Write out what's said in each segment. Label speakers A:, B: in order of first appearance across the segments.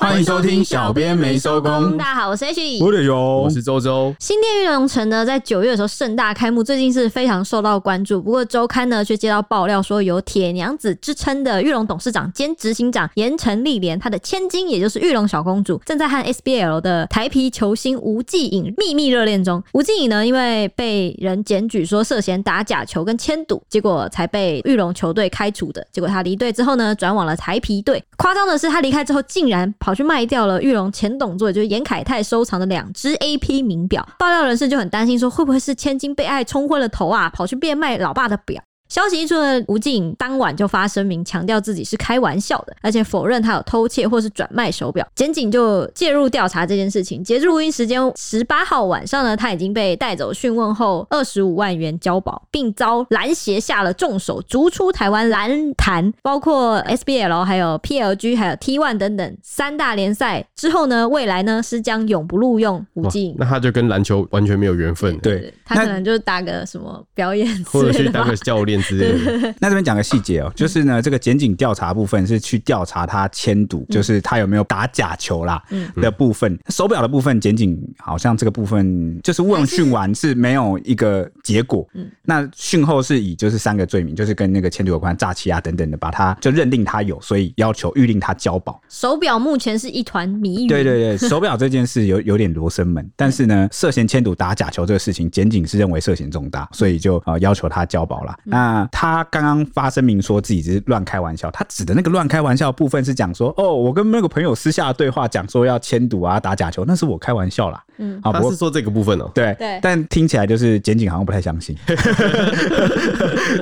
A: 欢迎收听小编没收工
B: 大家好，我是 H E。
C: 我得有
A: 我，是周周，
B: 新店玉龙城呢，在九月的时候盛大开幕，最近是非常受到关注。不过周刊呢，却接到爆料说，有“铁娘子”之称的玉龙董事长兼执行长严城丽莲，她的千金也就是玉龙小公主，正在和 SBL 的台皮球星吴继颖秘密热恋中。吴继颖呢，因为被人检举说涉嫌打假球跟牵赌，结果才被玉龙球队开除的。结果他离队之后呢，转往了台皮队。夸张的是，他离开之后竟然跑去卖掉了玉龙前董座，也就是严凯泰收藏的两只 AP 名表。爆料人士就很担心，说会不会是千金被爱冲昏了头啊，跑去变卖老爸的表。消息一出呢，吴静颖当晚就发声明，强调自己是开玩笑的，而且否认他有偷窃或是转卖手表。检警就介入调查这件事情。截至录音时间十八号晚上呢，他已经被带走讯问后，二十五万元交保，并遭篮协下了重手，逐出台湾篮坛，包括 SBL 还有 PLG 还有 T1 等等三大联赛。之后呢，未来呢是将永不录用吴静颖。
C: 那他就跟篮球完全没有缘分，，
A: 对，
B: 他可能就是打个什么表演之
C: 或者
B: 类
C: 去
B: 的吧
C: 当个教练之类 的。
D: 那这边讲个细
A: 嗯
D: 节哦，就是呢，这个检警调查部分是去调查他牵赌，
A: 嗯
D: 就是他有没有打假球啦、
B: 嗯
D: 的部分。手表的部分，检警好像这个部分就是问讯完是没有一个结果。
B: 嗯
D: 那讯后是以就是三个罪名，就是跟那个牵赌有关、诈欺啊等等的，把他就认定他有，所以要求预令他交保。
B: 手表目前是一团 谜语。
D: 对对对，手表这件事有有 点罗生门，但是呢，涉嫌牵赌打假球这个事情，检警是认为涉嫌重
B: 嗯
D: 大，所以就呃要求他交保啦。那他刚刚发声明说自己只是乱开玩笑，他指的那个乱开玩笑的部分是讲说，哦，我跟那个朋友私下的对话讲说要牵赌啊打假球，那是我开玩笑啦。
B: 嗯
D: 嗯，好，
C: 他
D: 不过
C: 是说这个部分哦，
D: 对
B: 对
D: 但听起来就是检警好像不太相信，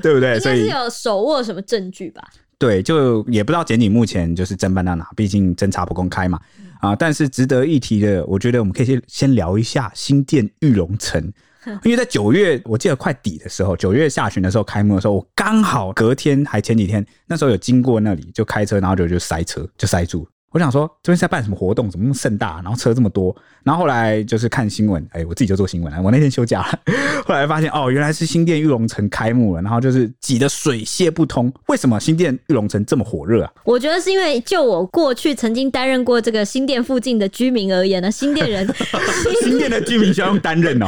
D: 对不对？
B: 应
D: 所
B: 该是
D: 以
B: 有手握什么证据吧？
D: 对，就也不知道检警目前就是侦办到哪，毕竟侦查不公开嘛。啊，但是值得一提的，我觉得我们可以先先聊一下新店玉龙城，因为在九月，我记得快底的时候，九月下旬的时候开幕的时候，我刚好隔天还前几天，那时候有经过那里，就开车，然后就就塞车，就塞住。我想说这边是在办什么活动，怎么那么盛大，然后车这么多，然后后来就是看新闻，哎、我自己就做新闻了，我那天休假了，后来发现哦，原来是新店玉龙城开幕了，然后就是挤得水泄不通。为什么新店玉龙城这么火热啊？
B: 我觉得是因为就我过去曾经担任过这个新店附近的居民而言呢，新店 人，
D: 新店的居民需要用担任哦，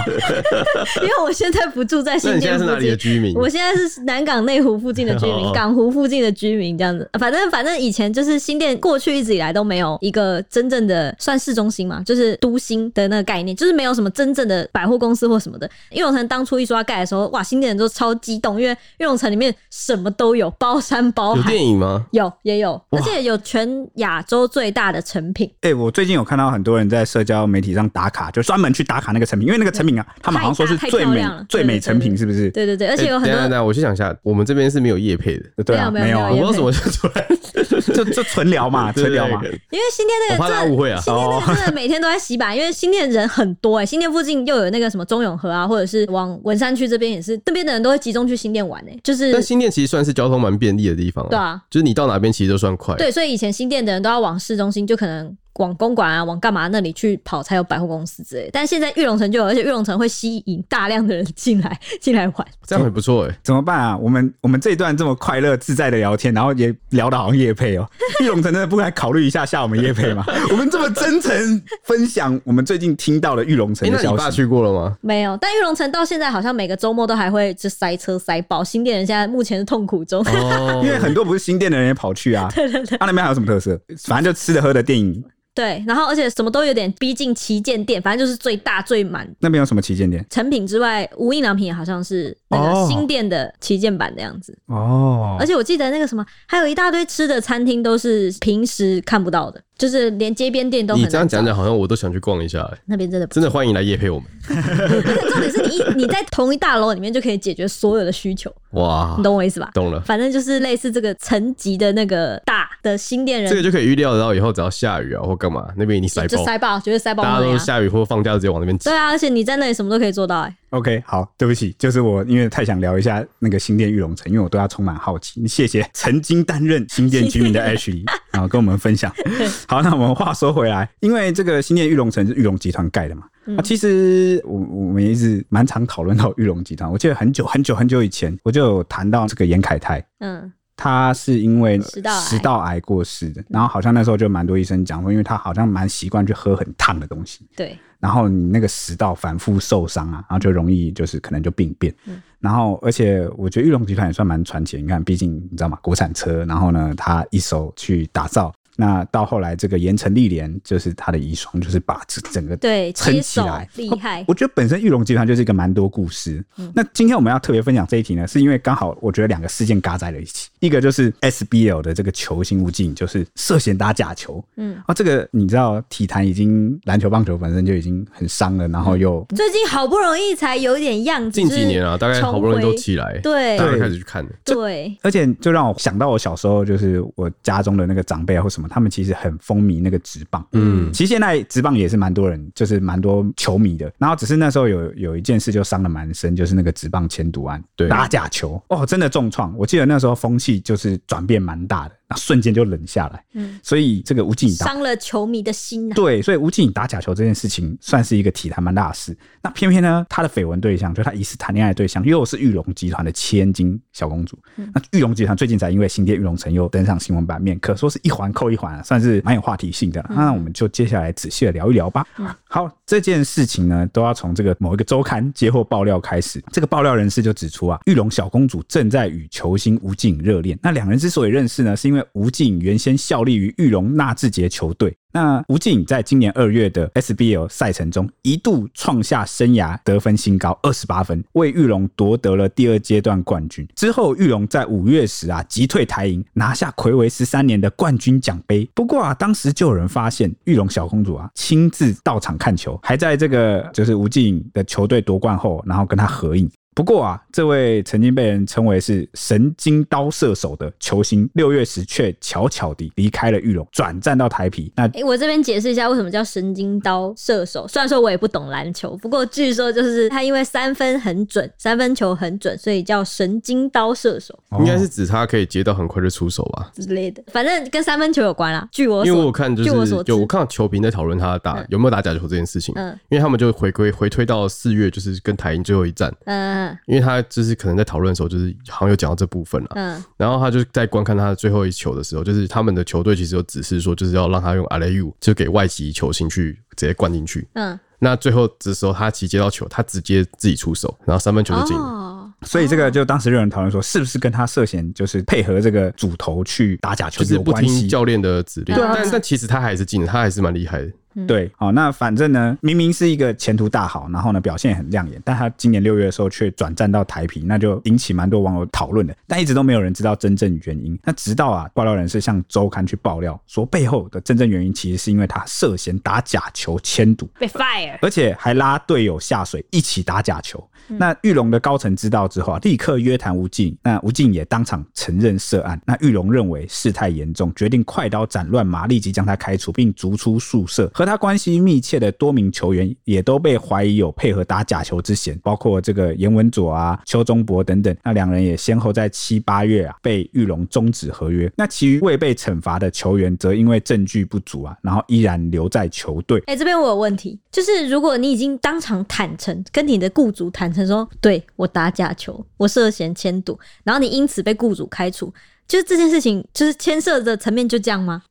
B: 因为我现在不住在
C: 那
B: 新
C: 你现
B: 店
C: 在是
B: 附
C: 哪里的
B: 近。
C: 居民？
B: 我现在是南港内湖附近的居
C: 哦
B: 民，港湖附近的居民这样子，反正反正以前就是新店过去一直以来都没有一个真正的算市中心嘛，就是都心的那个概念，就是没有什么真正的百货公司或什么的。玉龙城当初一说要盖的时候，哇，新店人都超激动，因为玉龙城里面什么都有，包山包
C: 有
B: 海，
C: 电影吗？
B: 有也有，而且有全亚洲最大的成品，
D: 哎、我最近有看到很多人在社交媒体上打卡，就专门去打卡那个成品，因为那个成品啊，他们好像说是
B: 太大
D: 最
B: 太漂
D: 美
B: 亮了
D: 最美成品，是不是？
B: 对对对，而且有很
C: 哎等一下等一
B: 多
C: 下，我去想一下，我们这边是没有业配的，
D: 对啊，
B: 没有没有
D: 有啊
C: 我不
B: 没
C: 知
B: 有
C: 道怎么就出来，
D: 就就纯聊嘛，
C: 对
D: 纯聊
C: 对
D: 嘛。
C: 对
B: 因为新店那
C: 我
B: 个
C: 怕大
B: 真
C: 家
B: 的
C: 误会啊。
B: 新店那个真的每天都在洗版，因为新店人很多哎、新店附近又有那个什么中永和啊，或者是往文山区这边也是，那边的人都会集中去新店玩哎、就是
C: 但新店其实算是交通蛮便利的地方，
B: 对啊，
C: 就是你到哪边其实都算快。
B: 对，所以以前新店的人都要往市中心，就可能往公馆啊，往干嘛那里去跑才有百货公司之类，但现在玉龙城就有，而且玉龙城会吸引大量的人进来 进来玩，
C: 这样很不错哎。
D: 怎么办啊？我们我们这一段这么快乐自在的聊天，然后也聊的好像叶配哦、玉龙城真的不该考虑一下下我们叶配吗？我们这么真诚分享我们最近听到的玉龙城
C: 哎，
D: 的
C: 那
D: 消
C: 你爸
D: 息，
C: 去过了吗？
B: 没有，但玉龙城到现在好像每个周末都还会就塞车塞爆，新店人现在目前是痛苦中。
C: 哦
D: 因为很多不是新店的人也跑去啊。对对对，啊那边还有什么特色？反正就吃的喝的电影，
B: 对，然后而且什么都有点逼近旗舰店，反正就是最大最满。
D: 那边有什么旗舰店？
B: 成品之外，无印良品也好像是那
D: 哦
B: 个新店的旗舰版的样子，
D: 哦
B: 而，且我记得那个什么，还有一大堆吃的餐厅都是平时看不到的，就是连街边店都很
C: 你
B: 难
C: 这样讲
B: 找
C: 讲，好像我都想去逛一下哎。
B: 那边真的不
C: 真的欢迎来夜配我们
B: 重点是你一你在同一大楼里面就可以解决所有的需求，
C: 哇
B: 你！懂我意思吧？
C: 懂了，
B: 反正就是类似这个层级的那个大的新店人
C: 这个就可以预料得到，以后只要下雨啊或干嘛，那边一定塞
B: 就
C: 爆，
B: 塞爆，绝对塞爆
C: 大家
B: 满
C: 都
B: 啊！
C: 下雨或放假直接往那边挤
B: 对。啊，而且你在那里什么都可以做到、哎，
D: OK，好，对不起，就是我因为太想聊一下那个新店玉龙城，因为我对他充满好奇。谢 谢曾经担任新店居民的 Ashley，然后跟我们分 享。好，那我们话说回来，因为这个新店玉龙城是玉龙集团盖的嘛，
B: 嗯
D: 啊，其实我我们也一直蛮常讨论到玉龙集团。我记得很久很久很久以前，我就有谈到这个严凯泰，
B: 嗯，
D: 他是因为
B: 食道癌
D: 食道癌过世的，然后好像那时候就蛮多医生讲说，因为他好像蛮习惯去喝很烫的东西，
B: 对，
D: 然后你那个食道反复受伤啊，然后就容易就是可能就病变。然后而且我觉得玉龙集团也算蛮传奇的，你看，毕竟你知道嘛，国产车，然后呢，他一手去打造。那到后来，这个盐城历莲就是他的遗孀，就是把这整个
B: 对
D: 撑
B: 接
D: 起
B: 手
D: 来，哦
B: 厉害嗯
D: 我觉得本身玉龙集团就是一个蛮多故事。那今天我们要特别分享这一题呢，是因为刚好我觉得两个事件嘎在了一起，一个就是 SBL 的这个球星吴敬，就是涉嫌打假球。
B: 嗯，
D: 啊，这个你知道，体坛已经篮球、棒球本身就已经很伤了，然后
B: 嗯
D: 又
B: 最近好不容易才有点样子，
C: 近几年啊，
B: 就是
C: 大概好不容
B: 重
C: 易都
B: 回
C: 起来，
B: 对
C: 大家开始去看了。
B: 对，
D: 而且就让我想到我小时候，就是我家中的那个长辈啊或什么，他们其实很风靡那个职棒。
C: 嗯，
D: 其实现在职棒也是蛮多人，就是蛮多球迷的。然后只是那时候有有一件事就伤的蛮深，就是那个职棒迁毒案，
C: 对
D: 打假球哦，真的重创。我记得那时候风气就是转变蛮大的，那瞬间就冷下来。
B: 嗯，
D: 所以这个吴敬宇打
B: 伤了球迷的心啊。
D: 对，所以吴敬颖打假球这件事情算是一个体坛蛮大的事。那偏偏呢，他的绯闻对象，就他疑似谈恋爱的对象，又是玉龙集团的千金小公主。那玉龙集团最近才因为新店玉龙城又登上新闻版面，可说是一环扣一环、啊，算是蛮有话题性的。那我们就接下来仔细的聊一聊吧。好，这件事情呢，都要从这个某一个周刊接获爆料开始。这个爆料人士就指出啊，玉龙小公主正在与球星吴敬热恋。那两人之所以认识呢，是因为吴敬原先效力于玉龙纳智捷球队。那吴敬在今年二月的 SBL 赛程中一度创下生涯得分新高二十八分，为玉龙夺得了第二阶段冠军。之后，玉龙在五月时啊击退台银，拿下魁违十三年的冠军奖杯。不过啊，当时就有人发现玉龙小公主啊亲自到场看球，还在这个就是吴敬的球队夺冠后，然后跟他合影。不过啊，这位曾经被人称为是神经刀射手的球星，六月时却悄悄地离开了玉龙，转战到台皮。那
B: 哎、我这边解释一下为什么叫神经刀射手。虽然说我也不懂篮球，不过据说就是他因为三分很准，三分球很准，所以叫神经刀射手
D: 哦
C: 应该是指他可以接到很快就出手吧，
B: 之类的。反正跟三分球有关啦。据我
C: 因为
B: 所，
C: 我有看就
B: 据我
C: 是
B: 所知
C: 有我看到球评在讨论他打有没有打假球这件事情，
B: 嗯
C: 因为他们就回归回推到四月，就是跟台银最后一战，
B: 嗯
C: 因为他就是可能在讨论的时候，就是好像有讲到这部分了。
B: 嗯
C: 然后他就在观看他的最后一球的时候，就是他们的球队其实有指示说，就是要让他用 a l u 就给外籍球星去直接灌进去。
B: 嗯，
C: 那最后的时候，他其实接到球，他直接自己出手，然后三分球就进了。
B: 哦，
D: 所以这个就当时有人讨论说，是不是跟他涉嫌就是配合这个主头去打假球
C: 就是
D: 有
C: 不
D: 关
C: 听
D: 系？
C: 教练的指令，
B: 对啊
C: 但但其实他还是进了，他还是蛮厉害的。
D: 对，好，那反正呢，明明是一个前途大好，然后呢表现也很亮眼，但他今年六月的时候却转战到台皮，那就引起蛮多网友讨论的，但一直都没有人知道真正原因。那直到啊，爆料人士向周刊去爆料说，背后的真正原因其实是因为他涉嫌打假球牵赌，
B: 被 fire。
D: 而且还拉队友下水一起打假球。
B: 嗯
D: 那玉龙的高层知道之后啊，立刻约谈吴敬，那吴敬也当场承认涉案。那玉龙认为事态严重，决定快刀斩乱麻，立即将他开除，并逐出宿舍。和他关系密切的多名球员也都被怀疑有配合打假球之嫌，包括这个严文佐啊、邱忠博等等。那两人也先后在七八月啊被玉龙终止合约。那其余未被惩罚的球员则因为证据不足啊，然后依然留在球队。
B: 哎、这边我有问题，就是如果你已经当场坦诚跟你的雇主坦诚说，对我打假球，我涉嫌牵赌，然后你因此被雇主开除，就是这件事情，就是牵涉的层面就 这样吗？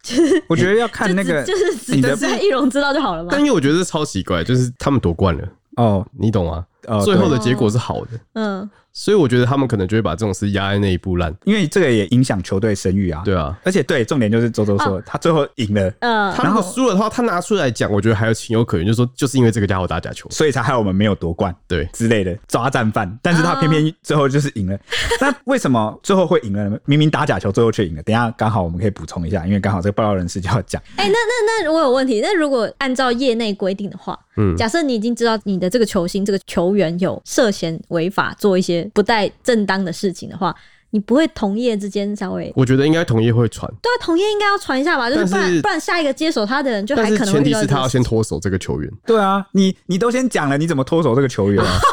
D: 我觉得要看那个
B: 就是只
D: 你的
B: 只在易容知道就好了嘛
C: 但。因为我觉得这超奇怪，就是他们夺冠了，
D: 哦，
C: 你懂吗？
B: 啊
D: 呃，
C: 最后
D: 对
C: 的结果是好的，
B: 嗯，
C: 所以我觉得他们可能就会把这种事压在那一步烂。
D: 因为这个也影响球队声誉啊。
C: 对，啊，
D: 而且对，重点就是周周说、他最后赢了，
B: 嗯，
C: 他如果输了的话，他拿出来讲，我觉得还有情有可原，就是说就是因为这个家伙打假球。
D: 所以才害我们没有夺冠
C: 对，
D: 之类的抓战犯，但是他偏偏最后就是赢了。那为什么最后会赢了呢？明明打假球，最后却赢了。等一下刚好我们可以补充一下，因为刚好这个爆料人士就要讲。
B: 哎、那那那我有问题。那如果按照业内规定的话，
C: 嗯
B: 假设你已经知道你的这个球星、这个球员有涉嫌违法做一些不太正当的事情的话，你不会同业之间稍微
C: 我觉得应该同业会传，
B: 对啊，同业应该要传一下吧，就是
C: 但是
B: 不然不然下一个接手他的人就还
C: 但是
B: 可能会遇
C: 前提
B: 到
C: 是
B: 这
C: 他要
B: 种
C: 先脱手这个球员。
D: 对啊，你你都先讲了，你怎么脱手这个球员、啊？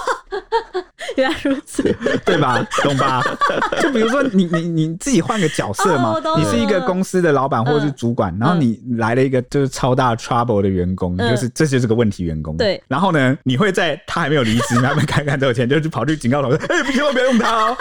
B: 原来如此，
D: 对吧？懂吧？就比如说你你你自己换个角色嘛
B: 哦我，懂嗯
D: 你是一个公司的老板或者是主管，然后你来了一个就是超大 trouble 的员工，
B: 嗯
D: 就是这就是个问题员工。
B: 对
D: 然后 呢，你会在他还没有离职，你还没看看之前，就去跑去警告同事，哎、千万不要用他哦。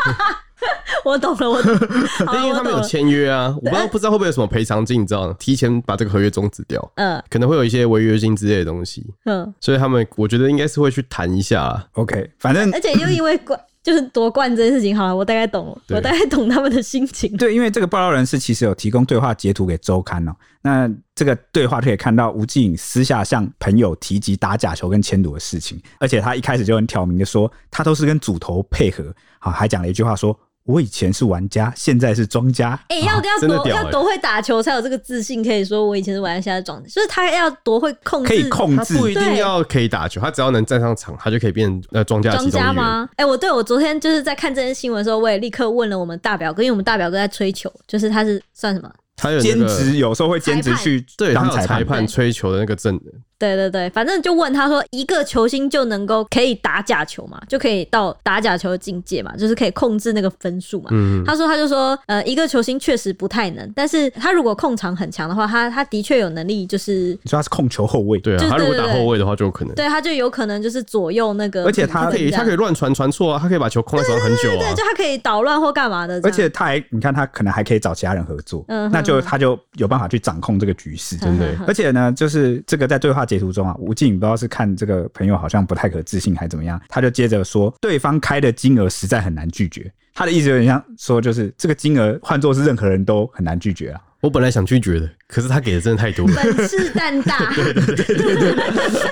B: 我懂了，我懂了。好
C: 因为
B: 我
C: 他
B: 懂
C: 们有
B: 了。
C: 签约啊，我不知
B: 哎
C: 道不知道会不会有什么赔偿金，你知道吗？提前把这个合约终止掉，
B: 嗯
C: 可能会有一些违约金之类的东西，
B: 嗯，
C: 所以他们我觉得应该是会去谈一下啊。
D: OK，反正
B: 而且又因为冠就是夺冠这件事情，好了，我大概懂了，
C: 对
B: 我大概懂他们的心 情。
D: 对，因为这个爆料人士其实有提供对话截图给周刊哦。那这个对话就可以看到吴敬颖私下向朋友提及打假球跟迁赌的事情，而且他一开始就很挑明的说，他都是跟组头配合，好，还讲了一句话说，我以前是玩家，现在是庄家。啊
B: 哎、要要
C: 真的
B: 多
C: 屌
B: 要
C: 欸
B: 多会打球才有这个自信，可以说我以前是玩现在装的，就是他要多会控制，
D: 可以控
C: 他
D: 制
C: 不一定要可以打球，他只要能站上场，他就可以变成呃庄家的
B: 庄
C: 其中一
B: 家
C: 员。
B: 吗？哎、我对我昨天就是在看这件新闻的时候，我也立刻问了我们大表哥，因为我们大表哥在吹球，就是他是算什么？
C: 他有那
D: 兼
C: 个
D: 职有时候会兼职去
C: 对，他
D: 当
C: 有
D: 裁
C: 裁
D: 判，
C: 判吹球的那个证人，
B: 对对对，反正就问他说，一个球星就能够可以打假球嘛，就可以到打假球的境界嘛，就是可以控制那个分数嘛。
C: 嗯，
B: 他说，他就说，呃，一个球星确实不太能，但是他如果控场很强的话，他他的确有能力，就是
D: 你说他是控球后卫，
C: 对
B: 就
C: 啊，
B: 是
C: 他如果打
B: 对对对
C: 后卫的话就有可能，
B: 对，他就有可能就是左右那个
D: 而且
B: 平衡
D: 他
C: 他可以
B: 这样
C: 他可以乱传传错啊，他可以把球控在手上很久啊
B: 对，，就他可以捣乱或干嘛的这
D: 而
B: 样，
D: 且他还你看他可能还可以找其他人合作，
B: 嗯嗯哼嗯
D: 那就他就有办法去掌控这个局 势，
C: 真的欸
B: 哼哼
D: 而且呢，就是这个在对话截图中啊，吴静颖不知道是看这个朋友好像不太可置信还是怎么样，他就接着说，对方开的金额实在很难拒绝。他的意思有点像说，就是这个金额换作是任何人都很难拒 绝啊。
C: 我本来想拒绝的，可是他给的真的太多了。
B: 本事蛋 大，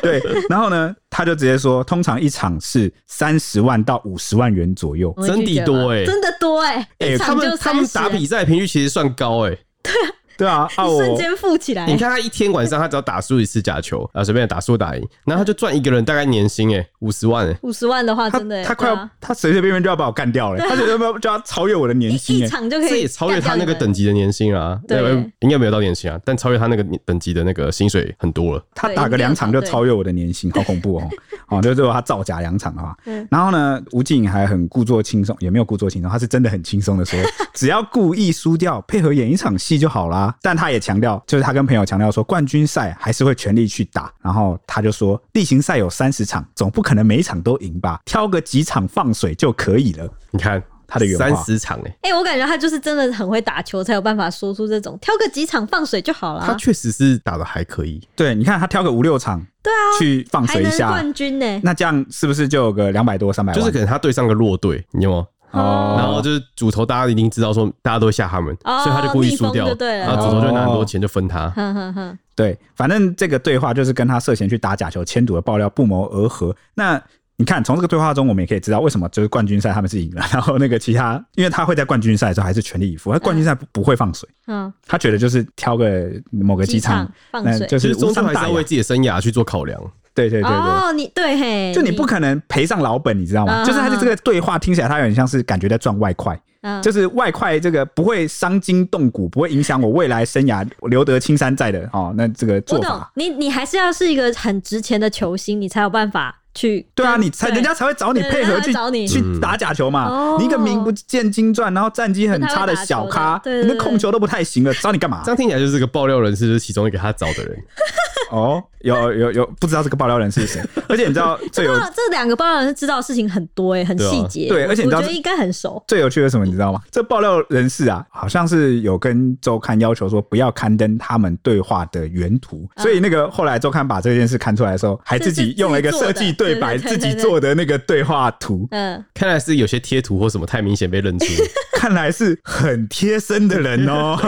D: 对，然后呢，他就直接说，通常一场是三十万到五十万元左右。
B: 我会拒绝
C: 真的多
B: 吗
C: 欸
B: 真的多哎、
C: 哎、
B: 一
C: 他
B: 场就
C: 们他们
B: 30
C: 打比赛的频率其实算高哎、
D: 对啊，啊
B: 一
D: 我
B: 瞬间富起来
C: 你，看他一天晚上他只要打输一次假球啊，随便打输打赢，然后他就赚一个人大概年薪哎五十万哎、
B: 五十万的话
D: 他
B: 真的欸、
D: 他快
B: 对
D: 要
B: 啊
D: 他随随便便就要把我干掉了，他随随便便就要超越我的年薪
B: 一
C: 欸
D: 哎。
B: 场就可以
C: 这也超越他那个
B: 干掉
C: 等级的年薪啊，
B: 对
C: 呃应该没有到年薪啊，但超越他那个等级的那个薪水很多了。
D: 他打个两场就超越我的年薪，好恐怖 哦！哦，就是如果他造假两场的话
B: 嗯，
D: 然后呢，吴静还很故作轻松，也没有故作轻松，他是真的很轻松的说，只要故意输掉，配合演一场戏就好啦。但他也强调，就是他跟朋友强调说，冠军赛还是会全力去打。然后他就说，例行赛有三十场，总不可能每一场都赢吧，挑个几场放水就可以了。
C: 你看
D: 他的原话
C: 三十场哎、
B: 哎、我感觉他就是真的很会打球，才有办法说出这种挑个几场放水就好啊
C: 他
B: 啦。
C: 确实是打的还可以，
D: 对，你看他挑个五六场，对啊，去放
B: 还
D: 水一
B: 能
D: 下，
B: 冠军呢、
D: 那这样是不是就有个两百多、三百万？
C: 就是可能他对上个弱队，你知道吗？
D: 哦
C: 然后就是主头，大家一定知道说大家都会吓他们，
B: 哦
C: 所以他就故意输
B: 逆风
C: 掉
B: 就，对了
C: 然后主头就会拿很多钱就分他。
B: 哼哼哼，
D: 对，反正这个对话就是跟他涉嫌去打假球牵赌的爆料不谋而合。那你看，从这个对话中，我们也可以知道为什么就是冠军赛他们是赢了，然后那个其他，因为他会在冠军赛的时候还是全力以赴，他冠军赛不不会放水，
B: 嗯，
D: 他觉得就是挑个某个
B: 机
D: 机场，
B: 放
D: 那
B: 水。
D: 就
C: 其
D: 是
C: 实啊终
D: 无
C: 究还
D: 伤
C: 是
D: 大
C: 要
D: 雅
C: 为。自己的生涯去做考量，
D: 对对对对。
B: 哦，你对嘿，
D: 就你不可能赔上老本，你知道吗？
B: 嗯
D: 就是他的这个对话听起来，他有点像是感觉在赚外快，
B: 嗯
D: 就是外快这个不会伤筋动骨，不会影响我未来生涯留得青山在的哦。那这个
B: 我
D: 做
B: 懂
D: 法，，
B: 你你还是要是一个很值钱的球星，你才有办法去
D: 对啊，
B: 跟
D: 你才
B: 对
D: 人家才会找你
B: 对
D: 配合
B: 人家才
D: 去
B: 找你
D: 去打假球嘛
B: 哦。
D: 你一个名不见经传，然后战绩很差的小咖，
B: 不太会打球的对对
D: 你
B: 对
D: 们控球都不太行了，找你干嘛
C: 这？样听起来就是个爆料人士，就是其中一个他找的人。
D: 哦，有有有，不知道这个爆料人是 谁，而且你知道最有
B: 哇，这两个包老师知道的事情很多哎、很
C: 对啊
B: 细节、
D: 对而且你
B: 我
D: 知道
B: 觉得应该很熟。
D: 最有趣的是什么，你知道吗？这爆料人士啊，好像是有跟周刊要求说不要刊登他们对话的原图，所以那个后来周刊把这件事刊出来的时候，还自
B: 嗯是
D: 己
B: 是
D: 用了一个
B: 自己做
D: 设
B: 的
D: 计对白，
B: 对
D: 自
B: 对对
D: 己
B: 对对
D: 做的那个对话图，
B: 嗯，
C: 看来是有些贴图或什么太明显被 认出，
D: 看来是很贴身的人哦。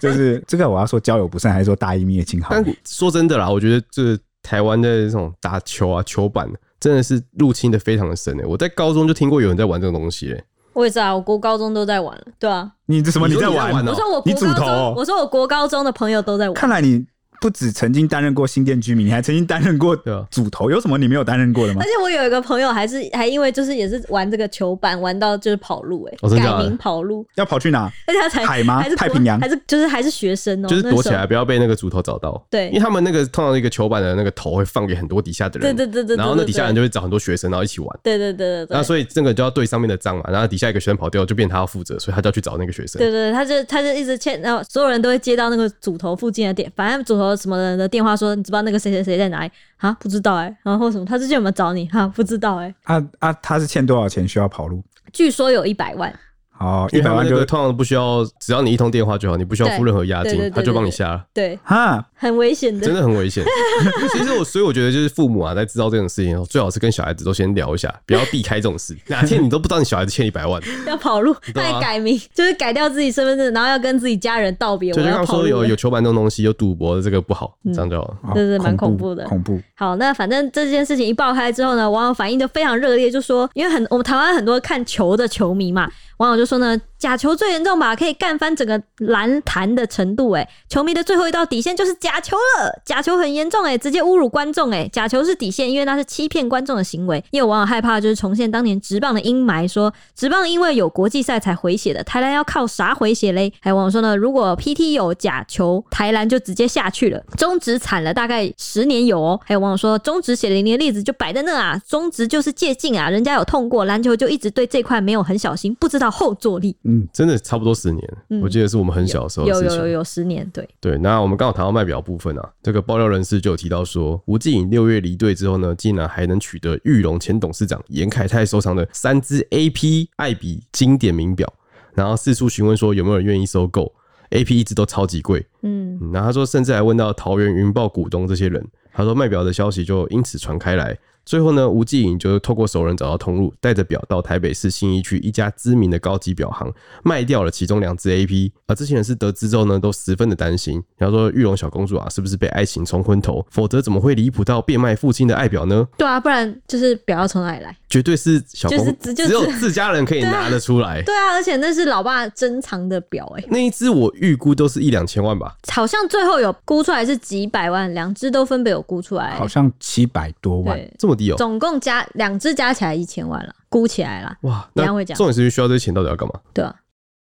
D: 就是这个，我要说交友不慎，还是说大义灭亲好？
C: 但说真的啦，我觉得这台湾的这种打球啊、球板真的是入侵的非常的深诶、欸我在高中就听过有人在玩这种东西、欸，
B: 我也知道，我国高中都在玩了，对啊。
D: 你这什么？
C: 你
D: 你
C: 说
D: 在
C: 你在
D: 玩？
C: 玩哦
B: 我说我
D: 你
B: 国
D: 主
B: 高
D: 头
B: 中，
D: 哦
B: 我说我国高中的朋友都在玩。
D: 看来你不止曾经担任过新店居民，你还曾经担任过
C: 对啊
D: 主头，有什么你没有担任过的吗
B: 而？且我有一个朋友，还是还因为就是也是玩这个球板，玩到就是跑路、欸，
C: 哦真的假的
B: 改名跑路，
D: 要跑去哪？
B: 而且他才
D: 海吗
B: 还是国
D: 太平洋
B: 还是就是还是学生哦、
C: 就是
B: 那
C: 躲
B: 时
C: 起
B: 候
C: 来，。不要被那个主头找到。
B: 对
C: 因为他们那个通常一个球板的那个头会放给很多底下的人，
B: 对对对对对
C: 然后那底下人
B: 对
C: 就会找很多学生，然后一起玩。
B: 对对对对对
C: 那。所以这个就要对上面的账嘛，然后底下一个学生跑掉，就变他要负责，所以他就要去找那个学生。
B: 对对，对他就他就一直欠，然后所有人都会接到那个组头附近的电，反正组头什么人的电话说，你知不知道那个谁谁谁在哪里啊？不知道哎、然后什么，他啊最近有没有找你哈、不知道哎、
D: 啊啊，他是欠多少钱需要跑路？
B: 据说有一百万，
D: 哦，一
C: 因为
D: 百
C: 他们
D: 万
C: 啊那
D: 就
C: 个通常不需要，只要你一通电话就好，你不需要付
B: 对
C: 任何押
B: 对对
C: 金，
B: 对
C: 他就帮你
B: 对
C: 下了。
B: 对，
D: 哈，
B: 很危险
C: 真
B: 的。
C: 的很危险。 其实我，所以我觉得就是父母啊，在知道这种事情的时候，最好是跟小孩子都先聊一下，不要避开这 种事。哪天你都不知道你小孩子欠一百万，就
B: 要跑路，他
C: 对啊
B: 还改名，就是改掉自己身份证，然后要跟自己家人道别。我
C: 就
B: 要
C: 刚
B: 跑
C: 说
B: 路嗯
C: 有
B: 了
C: 有球板这种东西，有赌博的这个不好，这样就好了。
D: 哦
B: 真是蛮恐怖的
D: 恐怖。
B: 好，那反正这件事情一爆开之后呢，网友反应就非常热烈，就说因为很我们台湾很多看球的球迷嘛，网友就说呢，假球最严重吧，可以干翻整个篮坛的程度、欸，球迷的最后一道底线就是假球了，假球很严重、欸，直接侮辱观众、欸，假球是底线，因为那是欺骗观众的行为。也有网友害怕就是重现当年职棒的阴霾，说职棒因为有国际赛才回血的，台篮要靠啥回血嘞？还有网友说呢，如果 PT 有假球，台篮就直接下去了，中职惨了，大概十年有哦。还有网友说，中职血淋淋的例子就摆在那啊，中职就是借镜啊，人家有痛过，篮球就一直对这块没有很小心，不知道后坐力。
C: 真的差不多十年，
B: 嗯
C: 我记得是我们很小的时候的
B: 有
C: 事
B: 有
C: 情。
B: 有有十年，对，
C: 对，那我们刚好谈到卖表部分啊，这个爆料人士就有提到说，吴敬颖六月离队之后呢，竟然还能取得玉龙前董事长严凯泰收藏的三只 AP 艾比经典名表，然后四处询问说有没有人愿意收购。AP 一直都超级贵，
B: 嗯，
C: 嗯然后他说，甚至还问到桃园云豹股东这些人，他说卖表的消息就因此传开来。最后呢，吴继颖就透过熟人找到通路，带着表到台北市信义区一家知名的高级表行卖掉了其中两只 AP。而这些人是得知之后呢，都十分的担心，然后说玉龙小公主啊，是不是被爱情冲昏头？否则怎么会离谱到变卖父亲的爱表呢？
B: 对啊，不然就是表要从哪里来？
C: 绝对是小公
B: 就是只就是
C: 只有自家人可以拿得出来。
B: 对啊，而且那是老爸珍藏的表、欸，
C: 那一只我预估都是一两千万吧，
B: 好像最后有估出来是几百万，两只都分别有估出来，
D: 好像七百多万，
B: 对，
C: 这么低哦、
B: 总共加两只加起来一千万了，估起来了，
C: 哇，
B: 等一
C: 那
B: 下会讲
C: 重点是需要这些钱到底要干嘛？
B: 对啊，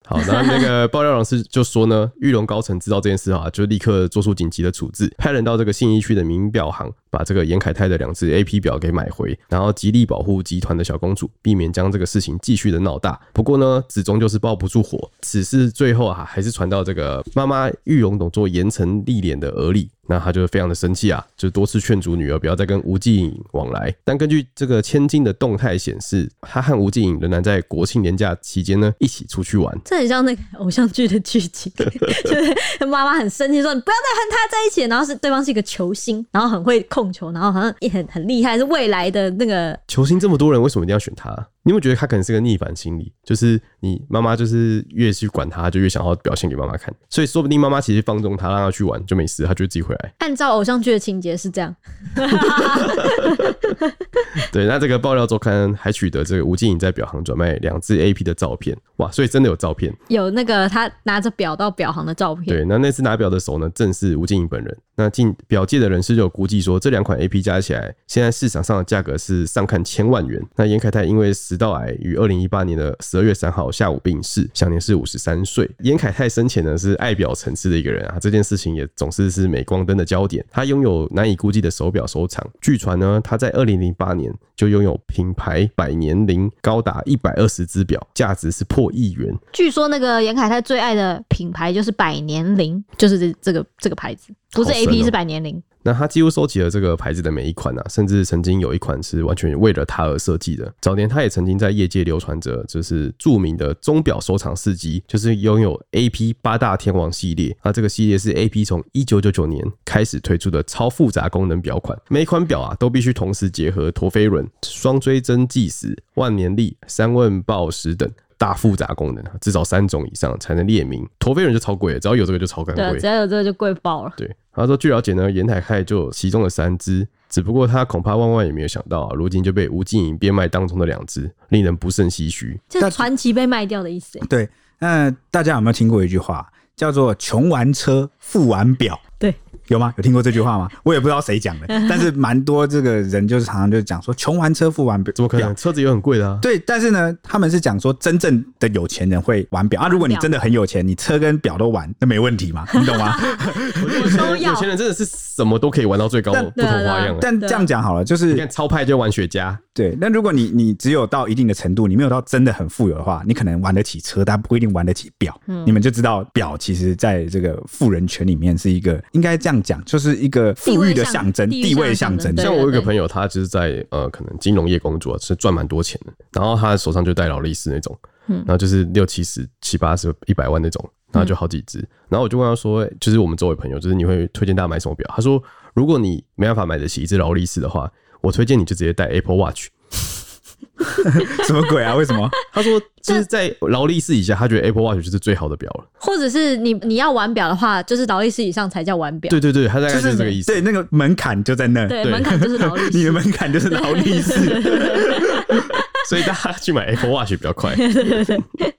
C: 好，那那个爆料老师就说呢，玉龙高层知道这件事啊，就立刻做出紧急的处置，派人到这个信义区的名表行，把这个严凯泰的两只 A P 表给买回，然后极力保护集团的小公主，避免将这个事情继续的闹大。不过呢，始终就是抱不住火，此事最后啊，还是传到这个妈妈玉龙董座严惩历练的耳里。那他就非常的生气啊，就多次劝阻女儿不要再跟吴继颖往来。但根据这个千金的动态显示，他和吴继颖仍然在国庆年假期间呢一起出去玩。
B: 这很像那个偶像剧的剧 情，就是妈妈很生气说你不要再和他在一起，然后是对方是一个球星，然后很会控球，然后好像也很很厉害，是未来的那个。
C: 球星这么多人，为什么一定要选他？你有没有觉得他可能是个逆反心理？就是你妈妈就是越去管他，就越想要表现给妈妈看，所以说不定妈妈其实放纵他，让他去玩就没事，他就自己回来
B: 按照偶像剧的情节是这样，
C: 对，那这个爆料周刊还取得这个吴敬颖在表行转卖两只 AP 的照片，哇，所以真的有照片。
B: 有那个他拿着表到表行的照片，
C: 对，那那次拿表的手呢，正是吴敬颖本人。那进表界的人士就有估计说，这两款 A P 加起来，现在市场上的价格是上看千万元。那严凯泰因为食道癌，于二零一八年的十二月三号下午病逝，享年是五十三岁。严凯泰生前呢是爱表层次的一个人啊，这件事情也总是是镁光灯的焦点。他拥有难以估计的手表收藏，据传呢，他在二零零八年就拥有品牌百年灵高达一百二十只表，价值是破亿元。
B: 据说那个严凯泰最爱的品牌就是百年灵，就是这这个这个牌子，不是
C: 好
B: A
C: 深
B: P
C: 哦
B: 是百年灵。
C: 那他几乎收集了这个牌子的每一款啊，甚至曾经有一款是完全为了他而设计的。早年他也曾经在业界流传着，就是著名的钟表收藏事迹，就是拥有 AP 八大天王系列。那这个系列是 AP 从一九九九年开始推出的超复杂功能表款，每一款表啊都必须同时结合陀飞轮、双追针计时、万年历、三问报时等。大复杂功能啊，至少三种以上才能列明。陀飞轮就超贵了，只要有这个就超干
B: 对啊，
C: 贵
B: 只。要有这个就贵爆了。
C: 对，他说据了解呢，严海泰就有其中的三只，只不过他恐怕万万也没有想到啊，如今就被吴敬颖变卖当中的两只，令人不胜唏嘘。
B: 就是
D: 但
B: 传奇被卖掉的意思欸。
D: 对，那大家有没有听过一句话，叫做“穷玩车，富玩表”？
B: 对，
D: 有吗？有听过这句话吗？我也不知道谁讲的，但是蛮多这个人就是常常就讲说“穷玩车，富玩表”，
C: 怎么可能？车子也很贵的啊。
D: 对，但是呢，他们是讲说真正的有钱人会玩表啊。如果你
B: 玩表
D: 真的很有钱，你车跟表都玩，那没问题嘛，你懂吗？
B: 都要
C: 有钱人真的是什么都可以玩到最高，
D: 但
C: 不同花样、欸。
D: 但这样讲好了，就是
C: 你看超派就玩雪茄，
D: 对，那如果你你只有到一定的程度，你没有到真的很富有的话，你可能玩得起车，但不一定玩得起表。你们就知道表其实在这个富人圈里面是一个，应该这样讲，就是一个富裕的象征，
B: 地
D: 地
B: 位
D: 位
B: 象
D: 象
B: 征
D: 征。
B: 对
C: 像我有一个朋友，他就是在呃可能金融业工作，是赚蛮多钱的，然后他手上就戴劳力士那种。然后就是六七十、七八十、一百万那种，然后就好几只。然后我就问他说，欸就是我们周围朋友，就是你会推荐大家买什么表？他说，如果你没办法买得起一只劳力士的话，我推荐你就直接戴 Apple Watch。
D: 什么鬼啊？为什么？
C: 他说，就是在劳力士以下，他觉得 Apple Watch 就是最好的表了。
B: 或者是你你要玩表的话，就是劳力士以上才叫玩表，
C: 对对对，他大概
D: 就是是
C: 这个意思。
D: 对，那个门槛就在那。
B: 对，
C: 对
B: 门槛就是劳力
D: 你的
B: 士。
D: 门槛就是劳力士。
C: 所以大家去买 Apple Watch 比较快。